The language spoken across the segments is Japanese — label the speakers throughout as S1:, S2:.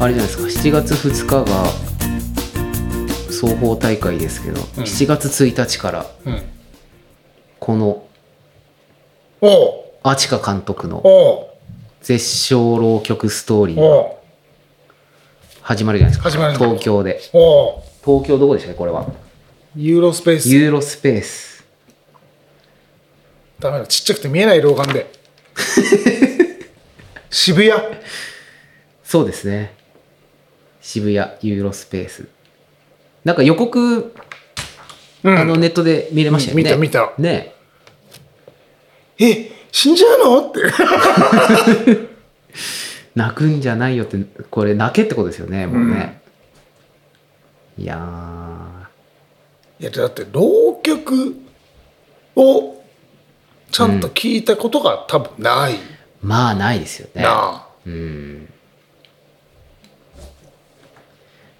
S1: あれじゃないですか7月2日が双方大会ですけど、
S2: うん
S1: 7月1日から
S2: うん。
S1: この
S2: おう
S1: アチカ監督の
S2: おう
S1: 絶唱浪曲ストーリーが
S2: おう
S1: 始まるじゃないですか
S2: 始まる
S1: 東京で
S2: おう
S1: 東京どこでしたっけこれは
S2: ユーロスペース。
S1: ユーロスペース
S2: ダメだ。ちっちゃくて見えない老眼 で。渋谷。
S1: そうですね渋谷ユーロスペースなんか予告、
S2: う
S1: あの
S2: ん。
S1: ネットで見れましたよね、
S2: 見た見た
S1: ね
S2: え、死んじゃうのって。
S1: 泣くんじゃないよってこれ泣けってことですよねもうね、いやー
S2: いや、だって浪曲をちゃんと聞いたことが多分ない
S1: まあないですよね
S2: な。
S1: うん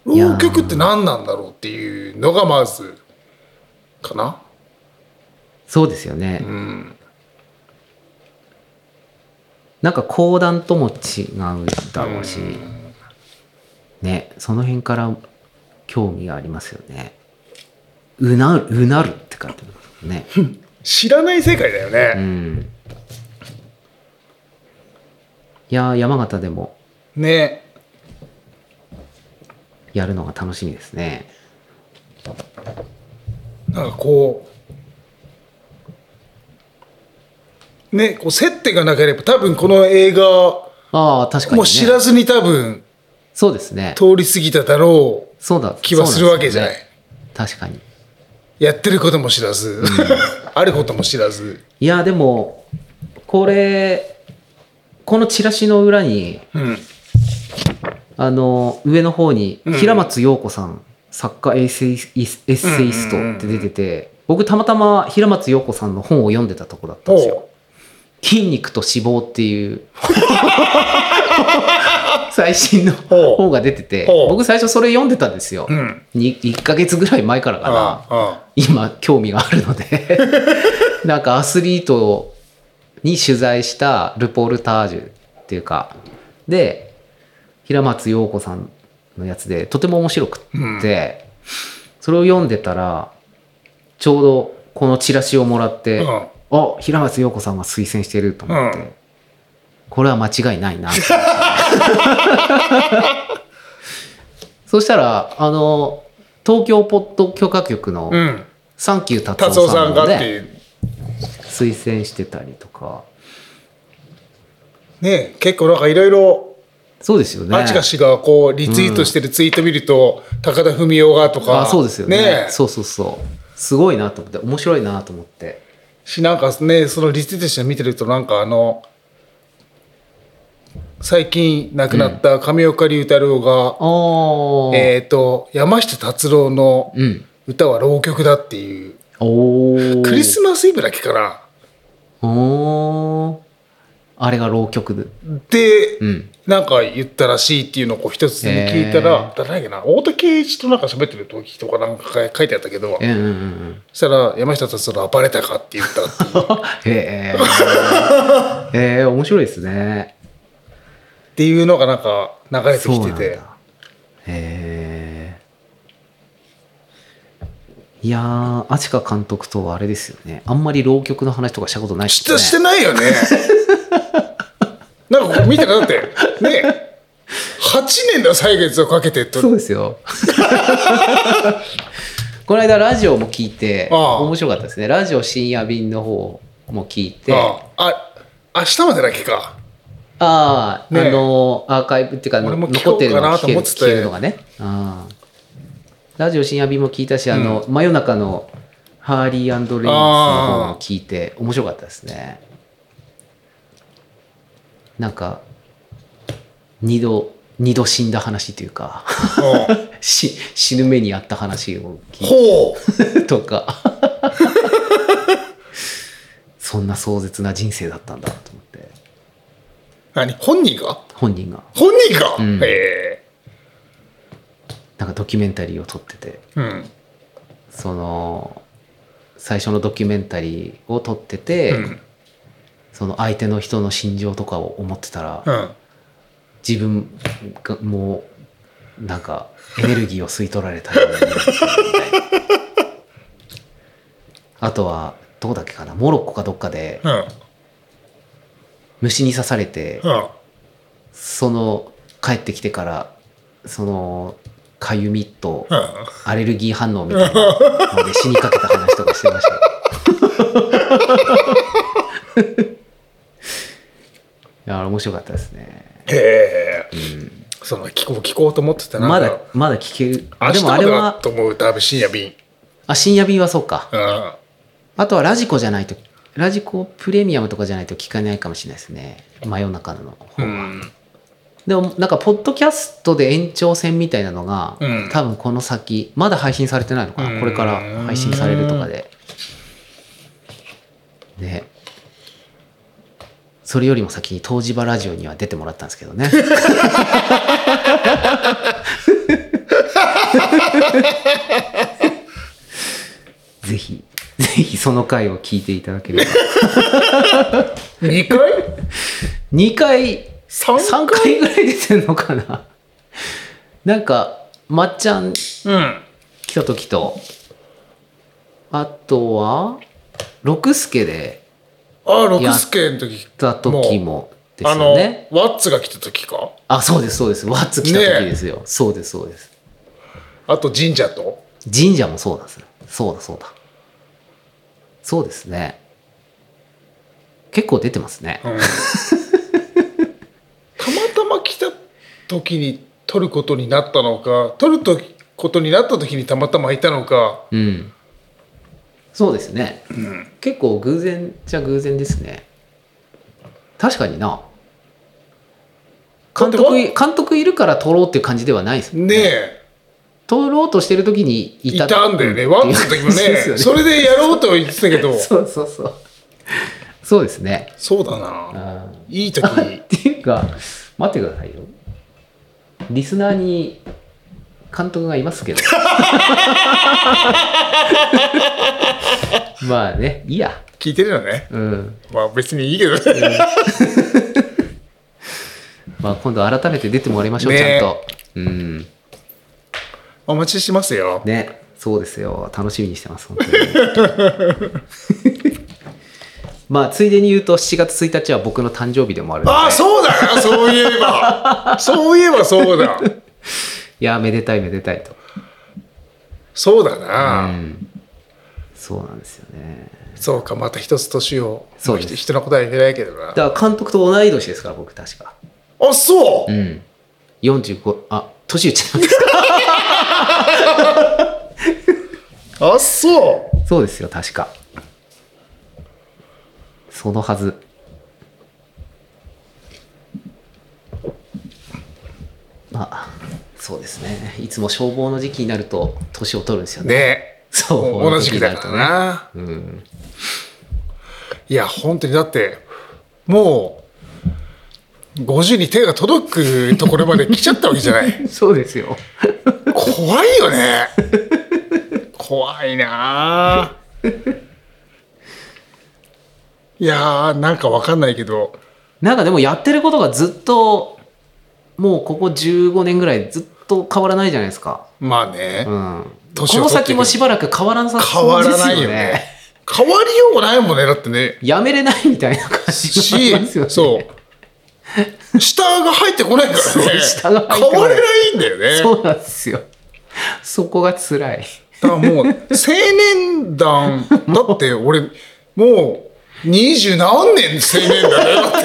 S1: んいやー
S2: 浪曲って何なんだろうっていうのがまずかな。
S1: そうですよね、
S2: うん。
S1: なんか講談とも違うだろうし、
S2: うん
S1: ねその辺から興味がありますよねうなるうなるって書いてます ね
S2: 知らない世界だよ
S1: う
S2: ね。
S1: んいやー山形でも
S2: ね。
S1: やるのが楽しみですね
S2: なんかこう、ね、こう接点がなければ多分この映画
S1: ああ確かに、ね、
S2: もう知らずに多分
S1: そうですね
S2: 通り過ぎただろう
S1: そうだ
S2: 気はするわけじゃない。
S1: そうなんですよね確かに
S2: やってることも知らず、あることも知らず。
S1: いやでもこれこのチラシの裏に
S2: うん。
S1: あの上の方に
S2: うん
S1: 平松陽子さん、作家エッセイスエッセイストって出てて僕たまたま平松陽子さんの本を読んでたとこだったんですよ
S2: お
S1: 「筋肉と脂肪」っていう 最新の
S2: ほう
S1: 本が出てて
S2: ほう
S1: 僕最初それ読んでたんですよ
S2: う。うん。
S1: に1ヶ月ぐらい前からかな
S2: あ
S1: 今興味があるの でなんかアスリートに取材したルポルタージュっていうかで平松陽子さんのやつでとても面白くって、それを読んでたらちょうどこのチラシをもらって、
S2: うん
S1: あ平松陽子さんが推薦してると思って、
S2: うん
S1: これは間違いないなって そしたらあの東京ポッド許可局の、
S2: うん。うん。
S1: サンキュー達
S2: 達
S1: 夫
S2: 夫
S1: さ
S2: さ
S1: ん
S2: ん
S1: が
S2: がって
S1: ね
S2: いう。
S1: 推薦してたりとか
S2: ね、結構なんかいろいろ、
S1: そうですよね
S2: あちかしがこう、リツイートしてるツイート見ると、高田文夫がとか。
S1: あそうですよね
S2: ね
S1: そうそうそうすごいなと思って面白いなと思って
S2: しなんかねそのリツイートして見てるとなんかあの最近亡くなった上岡龍太郎が、
S1: ああ、
S2: えっ、と山下達郎の
S1: うん
S2: 歌は浪曲だっていう、
S1: おお
S2: クリスマスイブだっけかな
S1: おーあれが浪曲で
S2: で、
S1: うん
S2: なんか言ったらしいっていうのをこう一つに聞いたら、誰だっけな太田圭一となんか喋ってる時とかなんか書いてあったけど
S1: うんうん うん
S2: そしたら山下達郎暴れたかって言ったっ ていうっ
S1: へえへえ面白いですね
S2: ていうのがなんか流れて
S1: そう
S2: き
S1: な
S2: て
S1: んだ
S2: て
S1: へえいやー、アチカ監督とはあれですよね。あんまり浪曲の話とかしたことないです
S2: し
S1: よ
S2: て
S1: ね。
S2: してないよ ねなんかこう見たらだってね8年だよ歳月をかけてと
S1: そうです よ。この間ラジオも聞いて、
S2: ああ
S1: 面白かったですね。ラジオ深夜便の方も聞いて、あ
S2: あああ明日までだっけか
S1: あ、
S2: ねえ
S1: あの、アーカイブっていうか、
S2: 俺も聞
S1: 残
S2: こ
S1: っ
S2: う
S1: て
S2: か
S1: るの
S2: な
S1: を聞ける
S2: と思ってて
S1: 聞けるのがね。ああラジオ深夜便も聞いたし、あの、真夜中のハーリーレインスの方も聞いて、面白かったですね。なんか、二度、二度死んだ話というか、
S2: うん
S1: し死ぬ目にあった話を聞いて
S2: ほう
S1: とか そんな壮絶な人生だったんだと思って
S2: 何本人が
S1: 本人が
S2: 本人が、
S1: うん
S2: え
S1: なんかドキュメンタリーを撮ってて
S2: えうん
S1: その最初のドキュメンタリーを撮ってて、
S2: うん
S1: その相手の人の心情とかを思ってたら、
S2: うん
S1: 自分がもうなんかエネルギーを吸い取られたようになってるみたいなあとはどこだっけかなモロッコかどっかで
S2: うん。
S1: 虫に刺されて
S2: うん。
S1: その帰ってきてからそのかゆみと
S2: うん。
S1: アレルギー反応みたいなので死にかけた話とかして ましたよ。いや、あれ面白かったですね。
S2: へえ。
S1: うん
S2: その聞こう聞こうと思ってたな。
S1: まだ、まだ聞ける。
S2: 明
S1: で
S2: 日
S1: もあ
S2: ま
S1: れ
S2: でだ
S1: は、
S2: と思う多分深夜便。
S1: あ、深夜便はそうか。
S2: うん。
S1: あとはラジコじゃないと、ラジコプレミアムとかじゃないと聞かないかもしれないですね。真夜中の
S2: う
S1: 方は。
S2: ん。
S1: でも、なんか、ポッドキャストで延長戦みたいなのが、
S2: うん
S1: 多分この先、まだ配信されてないのか
S2: うん
S1: な。これから配信されるとかで。ね。それよりも先に東芝ラジオには出てもらったんですけどね。ぜひ、ぜひその回を聞いていただければ。
S2: 二回？
S1: 2回
S2: 三
S1: 3
S2: 回？
S1: 回ぐらい出てんのかななんかまっちゃん来
S2: うん。
S1: た時とあとは六助で
S2: あ、六助の時。
S1: 来た時もです
S2: あ
S1: よ
S2: の、
S1: ね
S2: ワッツが来た時か。
S1: あそうですそうですワッツ来た時ですよ、そうですそうです
S2: あと神社と。
S1: 神社もそうなんですよそうだそうだそうですね結構出てますね、
S2: うん たまたま来た時に撮ることになったのか撮るとことになった時にたまたまいたのか
S1: うん。そうですね。
S2: ん
S1: 結構偶然じゃ偶然ですね。確かにな。監督い、
S2: だ
S1: 監督いるから撮ろうっていう感じではないです。
S2: ねえ
S1: 撮ろうとしてる時にい
S2: い
S1: た。
S2: たんだよねワンツの時 も
S1: そうです
S2: ね
S1: よね
S2: それでやろうとは言ってたけ ど
S1: そうそうそう。そうですね。
S2: そうだ
S1: うん
S2: な
S1: っ
S2: いい時に
S1: ていうか、待ってくださいよ。リスナーに監督がいますけ ど。まあね、いいや。
S2: 聞いてるよ ね
S1: うん。
S2: まあ別にいいけどね
S1: まあ、今度改めて出てもらいましょう、
S2: ねえ
S1: ちゃんと。うん。
S2: お待ちしてますよ
S1: ね、そうですよ。楽しみにしてます、本当に。 まあ、ついでに言うと、7月1日は僕の誕生日でもあるので、
S2: ああそうだなそういえばそういえばそうだ
S1: いや、めでたい、めでたいと。
S2: そうだ
S1: う
S2: な、
S1: ん。そうなんですよね。
S2: そうかまた一つ年を
S1: そうです
S2: 人のことは言えないけどな
S1: だから、監督と同い年ですから、僕、確か。
S2: あそうう、
S1: ん。45、あ、年言っちゃいますか。
S2: あそう
S1: そうですよ、確か。そのはず。まあ、そうですね。いつも消防の時期になると、年を取るんですよね。
S2: ね
S1: そう
S2: もう同じ期だからな、
S1: うん。
S2: いや本当にだってもう50に手が届くところまで来ちゃったわけじゃな い
S1: そうですよ。
S2: 怖いよね怖いなあいやーなんかわかんないけど
S1: なんかでもやってることがずっと、もうここ15年ぐらいずっと変わらないじゃないですか。
S2: まあね、
S1: うん。こ
S2: 年を取って
S1: の先
S2: いく
S1: もしばらく変わらなさ
S2: 変
S1: そ
S2: わ
S1: うで
S2: ら
S1: すよ
S2: な
S1: ね。
S2: いよね変わりようもないもんねだってね
S1: やめれないみたいな感じもあり
S2: し、
S1: ますよね。
S2: そう。下が入ってこないからね。
S1: 下が入ってこない
S2: 変われないんだよね。
S1: そうなんですよ。そこが辛い。
S2: だからもう、青年団、だって俺、もう、二十何年青年団だよ、だっ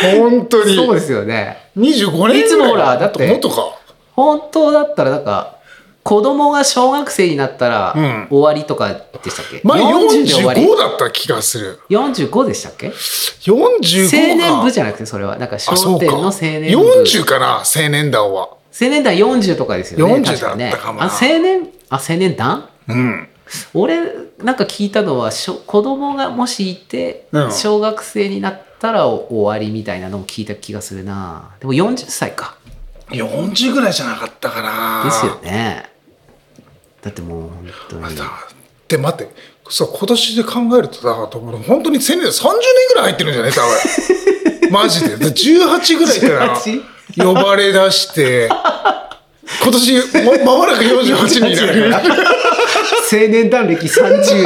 S2: て。本当に。
S1: そうですよね。
S2: 25年ぐらい
S1: いつもほらだって
S2: もっとか。
S1: 本当だったら、なんか、子供が小学生になったら、
S2: うん
S1: 終わりとかでしたっけ、
S2: 前
S1: ?40 で終わり
S2: 45。だった気がする。
S1: 45でしたっけ
S2: 45か。
S1: 青年部じゃなくて、それは。なんか、商
S2: あ、そうか。
S1: 店の青年部。
S2: 40かな、青年団は。
S1: 青年団40とかですよね。
S2: 40
S1: 確ね
S2: だったかもな
S1: あ、青年、あ、青年団
S2: うん。
S1: 俺、なんか聞いたのは、しょ子供がもしいて
S2: うん、
S1: 小学生になったら終わりみたいなのも聞いた気がするな。でも40歳か。
S2: 40ぐらいじゃなかったかな。
S1: ですよね。だってもう本当に。
S2: だで待ってさ今年で考えるとだから本当に1000年30年ぐらい入ってるんじゃない多 分マジで。で18ぐらいから
S1: 18?
S2: 呼ばれ出して、今年、ま、まもなく48になる。
S1: 青年団歴30年。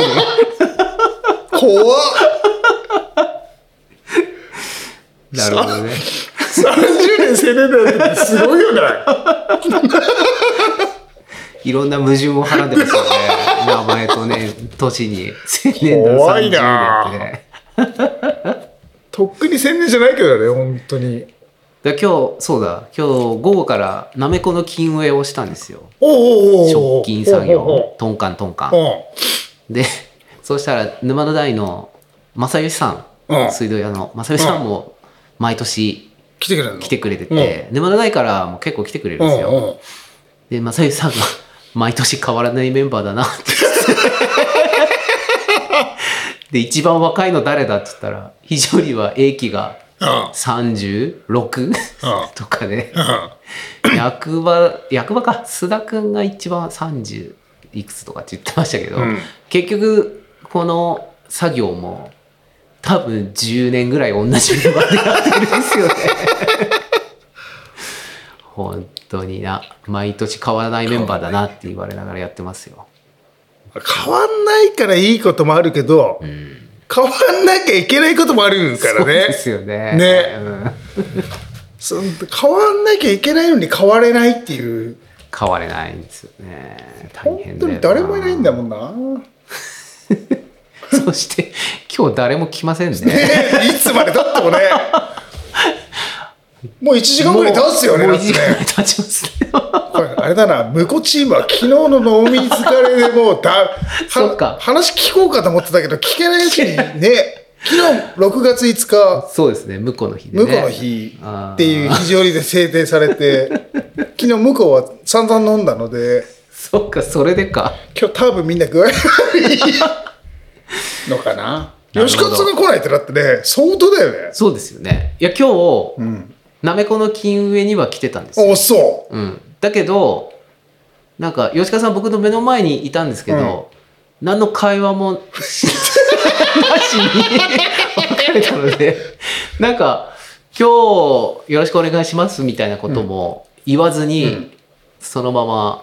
S2: 怖っ
S1: なるほどね。
S2: !30 年青年だよってすごいよない
S1: ろんな矛盾をはらんでますよね。名前とね、年に。青年団
S2: 怖
S1: 30
S2: いな
S1: 年ってね。
S2: とっくに青年じゃないけどね、本当に。
S1: だから今日、そうだ、今日午後からなめこの金植えをしたんですよ。
S2: おうおうおうおう
S1: 食金作
S2: おうおう
S1: 業、トンカントンカン。
S2: おう
S1: で、そうしたら沼の台の正義さ
S2: うん
S1: ん、水道屋の正義さんも毎年
S2: 来てくれるの
S1: 来てくれてて、沼の台からも結構来てくれるんです
S2: うんう
S1: よ。
S2: ん
S1: で、正義さんが毎年変わらないメンバーだなって。で、一番若いの誰だって言ったら、非常には英気が
S2: うん
S1: 36とかで、
S2: うん
S1: 役場役場か須田君が一番30いくつとかって言ってましたけど、
S2: うん
S1: 結局この作業も多分10年ぐらい同じ現場でやってるんです よね本当にな毎年変わらないメンバーだなって言われながらやってますよ
S2: 変わんないからいいこともあるけど、変わんなきゃいけないこともあるから
S1: そう
S2: ね
S1: ですよね
S2: ね
S1: うん
S2: そん変わんなきゃいけないのに変われないっていう
S1: 変われないんですよね大
S2: 本
S1: 変だ
S2: 当
S1: よ
S2: に誰もいないんだ
S1: ん
S2: もんな、
S1: そして今日誰も来ませんね
S2: ね いつまでたってもねもう1時間ぐらい経つよね
S1: もう
S2: だ
S1: 1
S2: っ
S1: 時間ぐら
S2: てね
S1: い経ちますね。
S2: これあれだな向こうチームは昨日の脳み疲れでもうだは
S1: そっか
S2: 話聞こうかと思ってたけど聞けない しね昨日6月5日
S1: そうですね、向こうの日でね。
S2: 向こうの日
S1: あー
S2: っていう非常にで制定さ れて昨日向こうは散々飲んだので
S1: そうか、それでか。
S2: 今日多分みんな具合悪いのかな
S1: なるほど
S2: 吉勝さんが来ないってなってね相当だよね
S1: そうですよね。いや、今日、
S2: ん
S1: なめこの金植えには来てたんですよ。
S2: おそ
S1: うん。だけど、なんか、吉川さん僕の目の前にいたんですけど、何の会話もし なしに別れたので、なんか、今日よろしくお願いしますみたいなことも言わずに、
S2: ん
S1: そのまま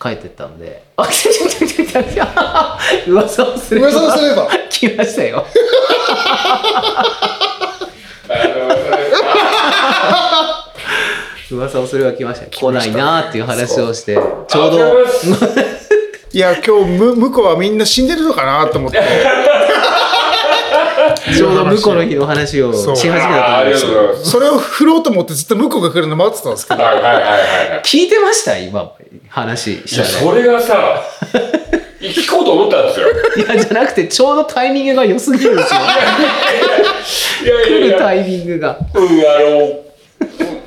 S1: 帰ってったので、あ、来た来た来た来た来た噂をす
S2: う
S1: れば
S2: 噂をすれば
S1: 来ましたよ。噂をすれば来ました。来ないなーっていう話をして、ちょうど。
S2: いや今日む向こうはみんな死んでるのかなと思って
S1: ちょうど向こうの日の話をし
S2: そう
S1: 始めたと
S3: あ
S1: 思
S3: あ
S1: うん
S3: り
S1: で
S3: が
S1: す
S3: とう
S1: よ
S3: ございます。
S2: それを振ろうと思ってずっと向こうが来るの待ってたんですけど
S3: はいはいはいはい。
S1: 聞いてました今、話
S3: い
S1: し
S3: や、
S1: た
S3: それがさ、 聞こうと思ったんですよ。
S1: ら。いや、じゃなくて、ちょうどタイミングが良すぎるん ですよ。
S3: いや
S1: 来
S3: い
S1: る
S3: やいや、
S1: タイミングが。
S3: うん、あの、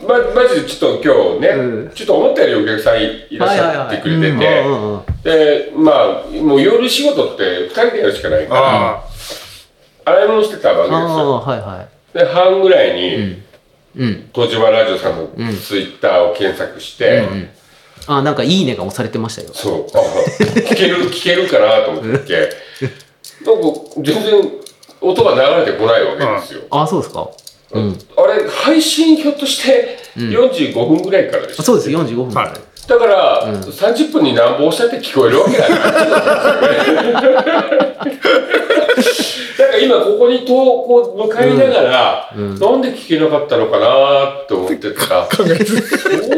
S3: ま、マジでちょっと今日ね、
S1: うん
S3: ちょっと思ったよりお客さんいいらっしゃってくれて
S1: はいはいはいうんうんうん
S3: て、で、まあ、もう夜仕事って二人でやるしかないから、
S2: あ
S3: 洗い物してたわけ
S1: あ
S3: ですよ
S1: あ、はいは。
S3: で、半ぐらいに、
S1: い。うん。
S3: 東芝ラジオさんのツイッターを検索して、
S1: あ、なんかいいねが押されてましたよ。
S3: そうあ聞ける聞けるかなと思ってなんか全然音が流れてこないわけですよ、
S1: あ、そうですか。うん。
S3: あれ配信ひょっとして45分ぐらいからでし
S1: あ
S3: ょ、
S1: そうです、45分。
S2: はい
S3: だから、30分に何ぼ押したって聞こえるわけないなんか今ここに投稿向かいながら、なんで聞けなかったのかなと思って たら、そ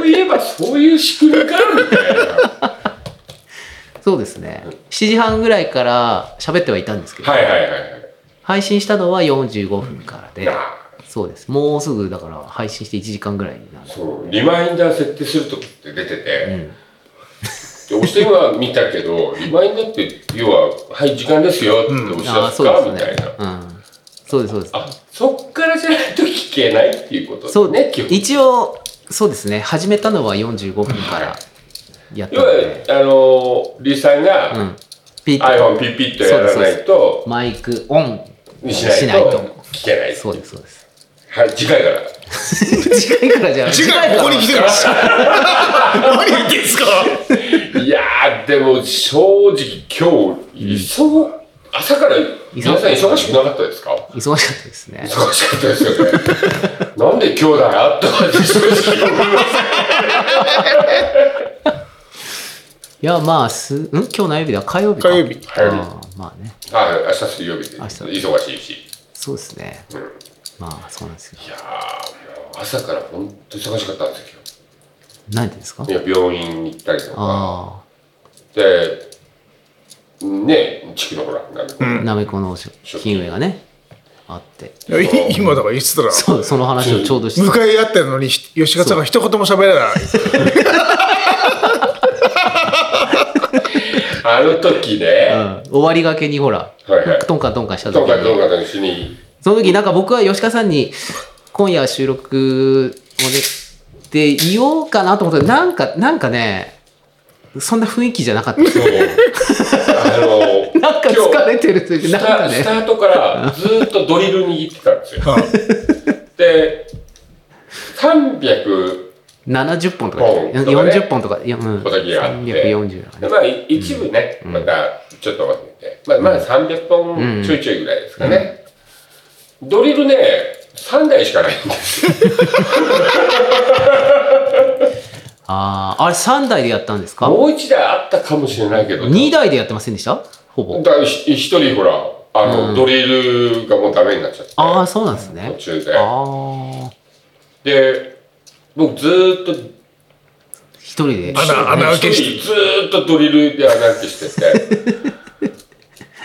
S3: ういえばそういう仕組みかみたいな。
S1: そうですね。7時半ぐらいから喋ってはいたんですけど、
S3: はいはいはいはい。
S1: 配信したのは45分からで、
S3: あ
S1: そうです。もうすぐだから配信して1時間ぐらいになる。
S3: そう、リマインダー設定するときって出てて、で押して今見たけど、リマインダーって、要は、はい、時間ですよって押し出す
S1: あ
S3: か
S1: あ、、そう
S3: み
S1: です
S3: たい
S1: ね
S3: な。。
S1: うん。そうです、そうです。
S3: あ、そっからじゃないと聞けないっていうこと
S1: そう
S3: ね、基本。
S1: 一応、そうですね。始めたのは45分からやった
S3: 要
S1: の
S3: は
S1: で、、
S3: あのー、リさんが、
S1: うん。ピッと
S3: iPhone ピッピッとやらないと、
S1: マイクオン
S3: にし
S1: し
S3: な
S1: ないいと
S3: と。聞けない。
S1: そうです、そうです。
S3: はい、次回から。
S1: 次回からじゃあ、
S2: あ次回ここに来てました何言ってんすか
S3: いやー、でも正直今日、急朝から皆さん忙しくなかったですか
S1: 忙しかったですね。
S3: 忙しかったですよね。なんで兄弟あったかって正直思います
S1: いや、まあ、す、ん今日何曜日だ火曜日か。
S2: 火曜日
S1: あーまあね。
S3: はい、明日水曜日で
S1: 明日
S3: 忙しいし。
S1: そうですね。まあ、そうなんですよ。
S3: いやーもう朝から本当忙しかったんですよ。
S1: 何でですか
S3: いや病院に行ったりとか。
S1: あ
S3: で、ね、地区のほら、なんか
S1: あ、なめこの金上がね、あって。
S2: いやい今だから言ってたら
S1: そう、その話をちょうどして
S2: 向
S1: た。
S2: かい合ってるのにひ吉川さんが一言も喋らない
S3: あの時ね、
S1: うん、終わりがけにほら、
S3: はいはい
S1: トンカントンカンした時
S3: どうかどう
S1: に、
S3: かのしに、
S1: その時なんか僕は吉川さんに、今夜収録をね、って言おうかなと思ったけど、なんか、なんかね、そんな雰囲気じゃなか った。
S3: そうあの、
S1: なんか 疲れてるという
S3: ス
S1: か、
S3: タ
S1: なんか
S3: スタ
S1: ね。
S3: ートからずーっとドリル握ってたんですよ。で、300、
S1: 70本とか
S3: 本とかね
S1: 40本とか、いやうん、
S3: 小竹があって
S1: 340とかね。
S3: でまあ、い一部ね、またちょっと忘れて、まあ、まあ300本ちょいちょいぐらいですかね。ドリルね、3台しかないんですよ。
S1: ああ、あれ3台でやったんですか
S3: もう1台あったかもしれないけど、
S1: ?2 台でやってませんでしたほぼ。
S3: だからひ一人ほら、あの、ドリルがもうダメになっちゃって、
S1: ああ、そうなんですね
S3: 途。中
S1: あ
S3: で。
S1: あ、
S3: で、僕ずーっと
S1: 一人で。
S2: 穴穴開けして
S3: 一人ずーっとドリルで穴開け してて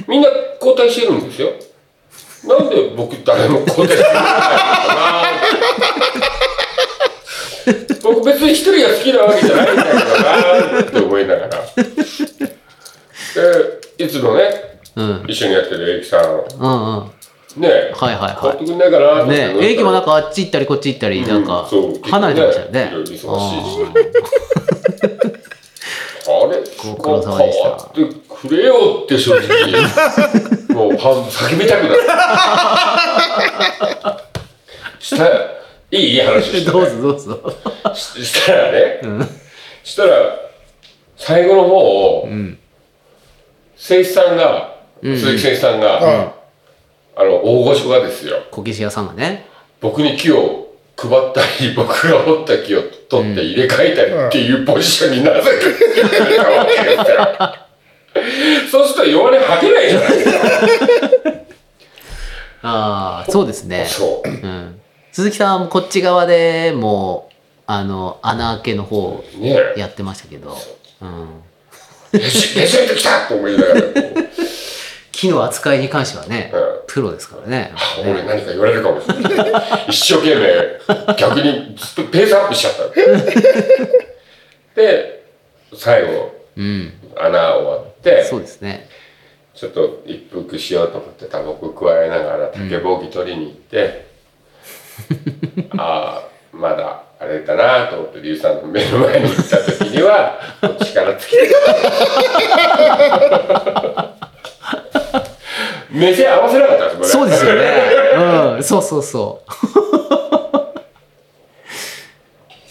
S3: みんな交代してるんですよなんで僕誰も交代してないのかな僕別に一人が好きなわけじゃないんだけどなって思いながらでいつもね
S1: うん。うん
S3: 一緒にやってるエイキさん
S1: うん。はい
S3: ねえ
S1: はい
S3: 買っ
S1: は
S3: てくんないかなと思
S1: い。
S3: って
S1: ねえ、駅もなんかあっち行ったりこっち行ったり、なんか
S3: そう、
S1: 離れてましたよね
S3: 結構ねい。ろいろ忙しいし
S1: あー
S3: あれ
S1: ご苦労様でした
S3: 変わってくれよって正直もうパン叫び たくなるしたらいいいい話し た
S1: どうぞどうぞ。
S3: ししたらね、したら最後の方を、
S1: ん
S3: 誠一さんが、鈴木誠一さんが、
S2: あ
S3: あの大御所がですよ
S1: こけし屋さんがね。
S3: 僕に木を配ったり僕が折った木を取って入れ替えたりっていうポジションになぜか入れたわけですよそうすると弱音吐けないじゃないですか
S1: ああ、そうですね。
S3: そう
S1: うん。鈴木さんもこっち側でもう、あの、穴開けの方
S3: ねえ
S1: やってましたけど、うん。
S3: レジレジ入ってきたと思いながらこう
S1: 木の扱いに関してはね、
S3: う
S1: プロですからね。
S3: あ俺何か言われるかもしれない一生懸命逆にずっとペースアップしちゃったので最後
S1: うん。
S3: 穴終わって
S1: そうですね。
S3: ちょっと一服しようと思ってタバコ加えながら竹ぼうき取りに行って、ああまだあれだなと思って龍さんの目の前に行った時にはもう力尽き てた目線合わせなかったんです
S1: そう
S3: もんね
S1: ですよね。うん。そうそうそう。 昨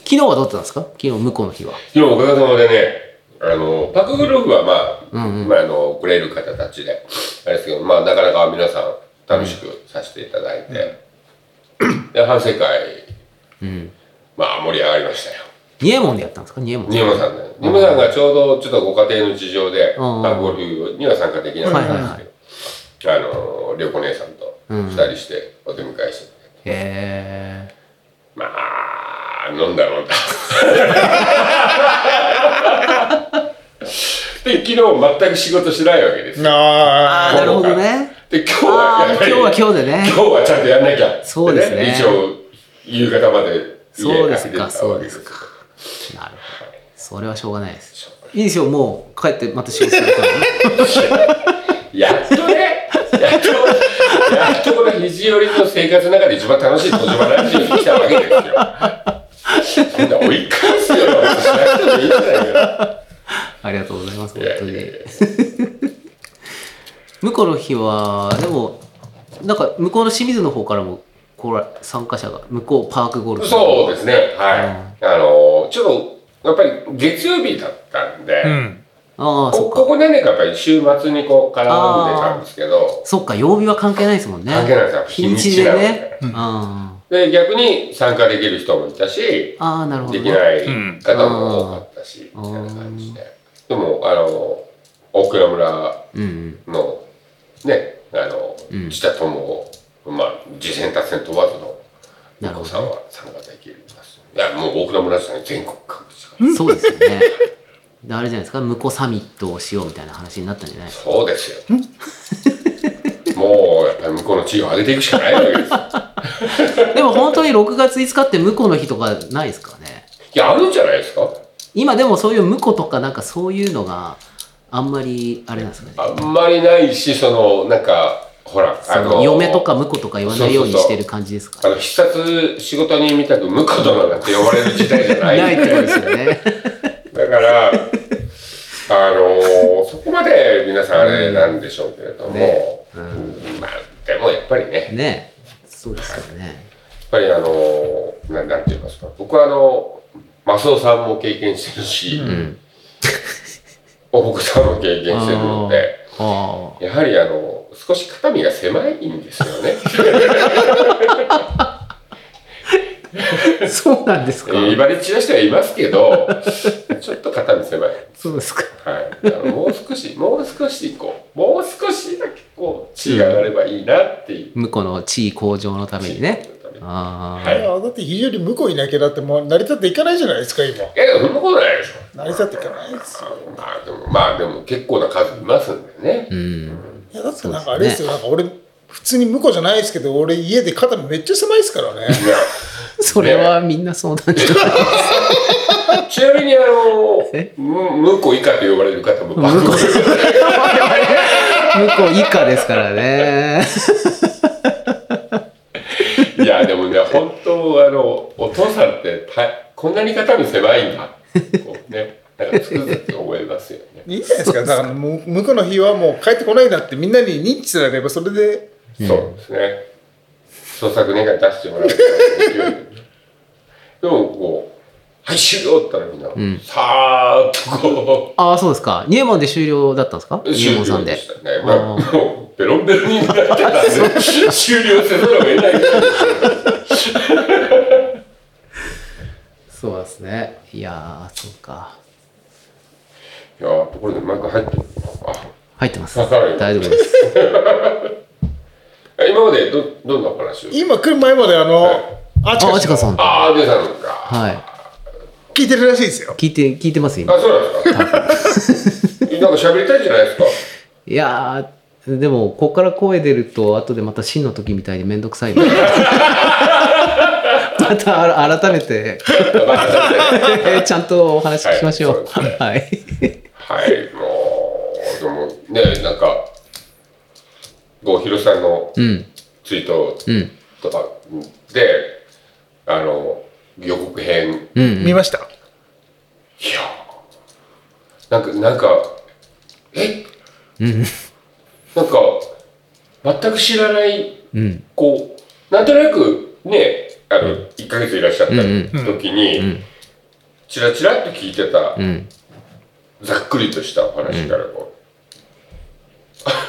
S1: 日はどうだったんですか昨日、向こうの日は。
S3: 昨日おかげさまでねあのパクグループはまあ、まあ、あのくれる方たちであれですけどまあなかなか皆さん楽しくさせていただいて、で反省会、まあ盛り上がりましたよ
S1: 二右衛門でやったんですか二右衛門。
S3: ニモさんねニモさんがちょうどちょっとご家庭の事情で
S1: うん
S3: パクゴルフには参加できなかったんですけど、あの涼子姉さんと二人してお出迎えして、
S1: へえ。
S3: まあ飲んだ飲んだで昨日全く仕事しないわけですよ
S1: ああ、
S2: あ
S1: なるほどね。
S3: で今日は
S1: あ
S3: や
S1: あ
S3: っ
S1: ー、
S3: ぱり
S1: 今日は今日でね
S3: 今。日はちゃんとやんなきゃ
S1: そうですね
S3: 一応夕方まで
S1: そうですか、
S3: 家に帰ってた
S1: そ
S3: わ
S1: う
S3: け
S1: ですか。なるほど。それはしょうがないです。いいですよ、もう帰ってまた仕事するからね。
S3: やっとね、やっと、やっとこの肘折りの生活の中で一番楽しい小島ラジオに来たわけですよ。そんな追い返すよ、しなくてもいいんだよ。
S1: ありがとうございます、
S3: い
S1: 本
S3: や
S1: 当
S3: いや
S1: に
S3: い。や
S1: 向こうの日は、でも、なんか向こうの清水の方からも、これ参加者が、向こうパークゴルフ。
S3: そうですね、はい。あの、ちょっと、やっぱり月曜日だったんで、
S2: うん
S1: ああ、そ
S3: こ
S1: っか。
S3: ここ何年かやっぱり週末にこう絡んでたんですけど、
S1: そっか、曜日は関係ないですもんね。
S3: 関係ないですよ
S1: 日にちで
S3: 日にち
S1: ね。う
S3: な
S1: ん。あ
S3: で逆に参加できる人もいたし、
S1: あ、なるほど。
S3: できない方も多かったし、みたいな感じで。でも、あの、大倉村
S1: うんうん。
S3: の、ね、あの、
S1: うん
S3: 自他とも、まあ、次戦達戦問わずの、
S1: なる
S3: お
S1: ほ
S3: 子
S1: ど
S3: さんは参加できるんです。いや、もう大倉村さん全国各地から。
S1: そうですよね。であれじゃないですか、向こうサミットをしようみたいな話になったんじゃない
S3: そうですよ。もう、やっぱり向こうの地位を上げていくしかないわけですよ。
S1: でも本当に6月5日って向こうの日とかないですからね。
S3: いや、あるんじゃないですか
S1: 今でもそういう向こうとかなんかそういうのがあんまりあれなんですかね。
S3: あんまりないし、その、なんか、ほら、あ
S1: その嫁とか婿とか言わないようにしてる感じですか
S3: あの必殺仕事に見たく無ことなんて呼ばれる時代じゃない
S1: ないってことですよね。
S3: だから、あのーそこまで皆さんあれなんでしょうけれども、
S1: ね
S3: まあ、でもやっぱりね、やっ
S1: ねそうですよね。
S3: ぱりあのーなんなんて言いますか、僕はあの、マスオさんも経験してるし、
S1: うん。
S3: おふくさんも経験してるので、
S1: あ
S3: やはりあの、少し肩身が狭いんですよね。
S1: あ。そうなん ですか。
S3: 威張り散らしてはいますけど、ちょっと肩身狭い。
S1: そうですか。
S3: はい、だからもう少しもう少しこうもう少しだけこう地位が上がればいいなっていう、
S1: 向こうの地位向上のためにね。ああ。
S3: はい
S2: いやだって非常に向こういなきゃだってもう成り立っていかないじゃないですか今
S3: いやでもそんなことないでしょ
S2: 成り立っていかないですよ
S3: まあでもまあでも結構な数いますんでね、
S1: うん。
S2: いやだってなんかあれですよなんか俺普通に向こうじゃないですけど俺家で肩めっちゃ狭いですからね
S3: いや
S1: それはみんなそう なんじゃない
S3: ちなみにあ
S1: え
S3: のむ向こう以下と呼ばれる方もバック
S1: 向こう以下ですからね。
S3: いやでもね本当あのお父さんってたこんなに肩身狭いんだこうねなんかつくづく思いますよね
S2: いいじゃないですかだからもう向こうの日はもう帰ってこないなってみんなに認知されればそれで
S3: そうですね。創作願い出してもらう。でもこう、はい終了って言ったらみんな、
S1: ん
S3: さーっとこ
S1: ああ、そうですか。入門で終了だったんですか
S3: う、
S1: 入門さん
S3: で
S1: で。
S3: したね。まあ、もうベロンベロンになってたん で、終了せざるを得ない。
S1: そうですね。いやー、そうか。
S3: いやーところでマイク入ってるのか
S1: 入ってます。
S3: わかるよ
S1: 大丈夫 です。
S3: な。あ今までど、どんなお話を
S2: 今来る前まであのあち
S1: あ、
S2: か
S1: あちかさん。は
S3: ああ、出たのか。
S1: い。
S2: 聞いてるらしいですよ
S1: 聞いて、聞いてます、今。
S3: あ、そうなんですか。なんか喋りたいじゃないですか。
S1: いやー、でも、ここから声出ると、後でまた真の時みたいにめんどくさい なまたあら改めて、 ちゃんとお話聞きましょう。
S3: はいそうです
S1: はい。
S3: はい、もう、でもね、なんか、郷ひろしさんの
S1: うん。
S3: ツイート
S1: うん。
S3: とかで、あの、予告編、いや
S1: うん。
S2: 見ました
S3: ーなんか、なんか、えなんか、全く知らない、
S1: うん。
S3: こう、なんとなく、ね、あの、1ヶ月いらっしゃった
S1: うんうん
S3: 時に、
S1: ん
S3: チラチラっと聞いてた、
S1: うん。
S3: ざっくりとしたお話からこ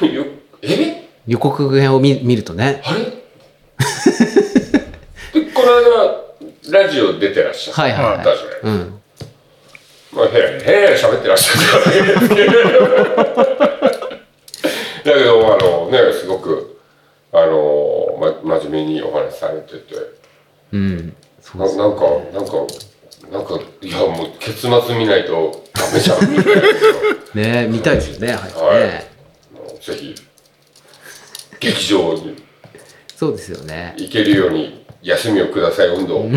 S3: う、よえ
S1: 予告編を見見るとね。
S3: あれでこの間ラジオ出てらっしゃった
S1: はいはい
S3: じゃない
S1: はい。うん。
S3: まあ、へらへらへら喋ってらっしゃったわけ ですけどだけどあのねすごくあの、ま、真面目にお話しされてて
S1: うん。そう
S3: ななんかなんかなんかいやもう結末見ないとダメじゃん みたいな
S1: ね見たいですよね、早く
S3: はい
S1: ね。
S3: もうぜひ劇場に
S1: そうですよね。
S3: 行けるように休みをください運動を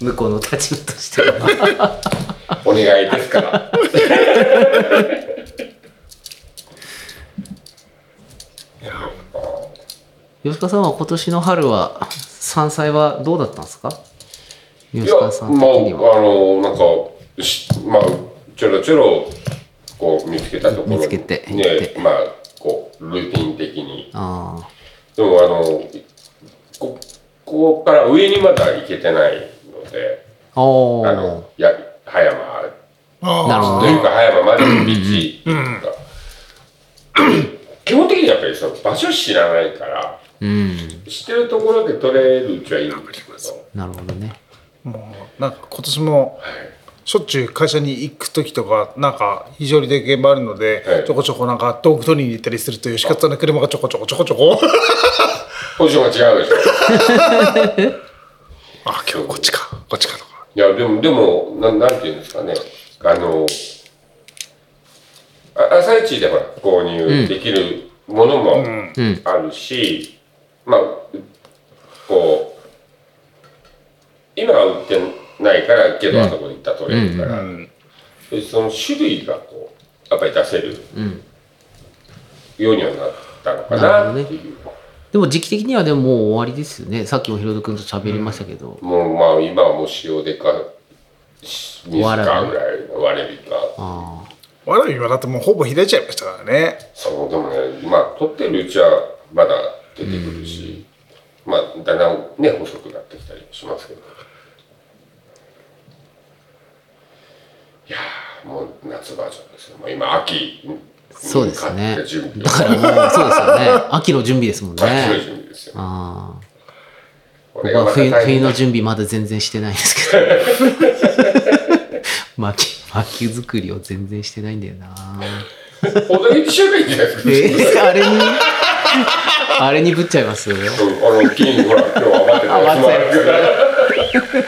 S1: 向こうの立場としては。
S3: お願いですから。
S1: 吉川さんは今年の春は、山菜はどうだったんですか
S3: い
S1: 吉
S3: や、まあ、
S1: 川さん的には。
S3: あの、なんか、しまあ、ちょろちょろ、こう、見つけたところに
S1: 見つけて行っ
S3: ね、まあ、こう、ルーティン的に。
S1: ああ。
S3: でも、あの、こ、ここから上にまだ行けてないので、
S1: お
S3: あ
S1: ー
S3: の、や、葉山
S2: ああ
S1: なるほど
S3: というか葉山までの道とか、基本的にやっぱりその場所知らないから
S1: うん。
S3: 知ってるところで取れるうちはいいんですけど
S1: なるほどね。
S2: もうなんか今年もしょっちゅう会社に行く時とかなんか非常にで現場あるので、
S3: はい
S2: ちょこちょこなんか道具取りに行ったりするという仕方の車がちょこちょこちょこちょこ
S3: ポジションが違うでしょ
S2: あ今日こっちかこっちかとか
S3: いや、でも、でも、ななんていうんですかね。あの、あ朝市でほら、購入できるものも
S1: うん
S3: あるし、まあ、こう、今は売ってないから、けど、あそこに行ったら取れるから、でその種類がこう、やっぱり出せる、ようにはなったのかなっていう。
S1: でも時期的にはでももう終わりですよね。さっきもヒロド君と喋りましたけど。
S3: もう、まあ、今はもう塩でか、水か
S1: わらび
S3: ぐらいの割れ火か。
S1: あ
S2: わらびはだってもうほぼ開いちゃいましたからね
S3: そうでもねまあ撮ってるうちはまだ出てくるし、まあだんだんね細くなってきたりしますけどいやーもう夏バージョンですよもう今秋に
S1: そうですね
S3: 向かって準備
S1: あ。だからもうそうですよ ね。秋の準備ですもん
S3: 秋の準
S1: ね。
S3: 備ですよ
S1: ああ。
S3: こ
S1: 僕
S3: れが
S1: は
S3: また
S1: 冬
S3: 大
S1: 冬
S3: 変
S1: の
S3: だ
S1: 準備まだ全然してないんですけど。 薪、薪作りを全然してないんだよな。
S3: 程よいしばいいんじゃないですか、
S1: えー、あれに、 あれにぶっちゃいます
S3: うんあの金ほら今日余
S1: 余っ
S3: ってた
S1: てたやつ
S3: やつもあるから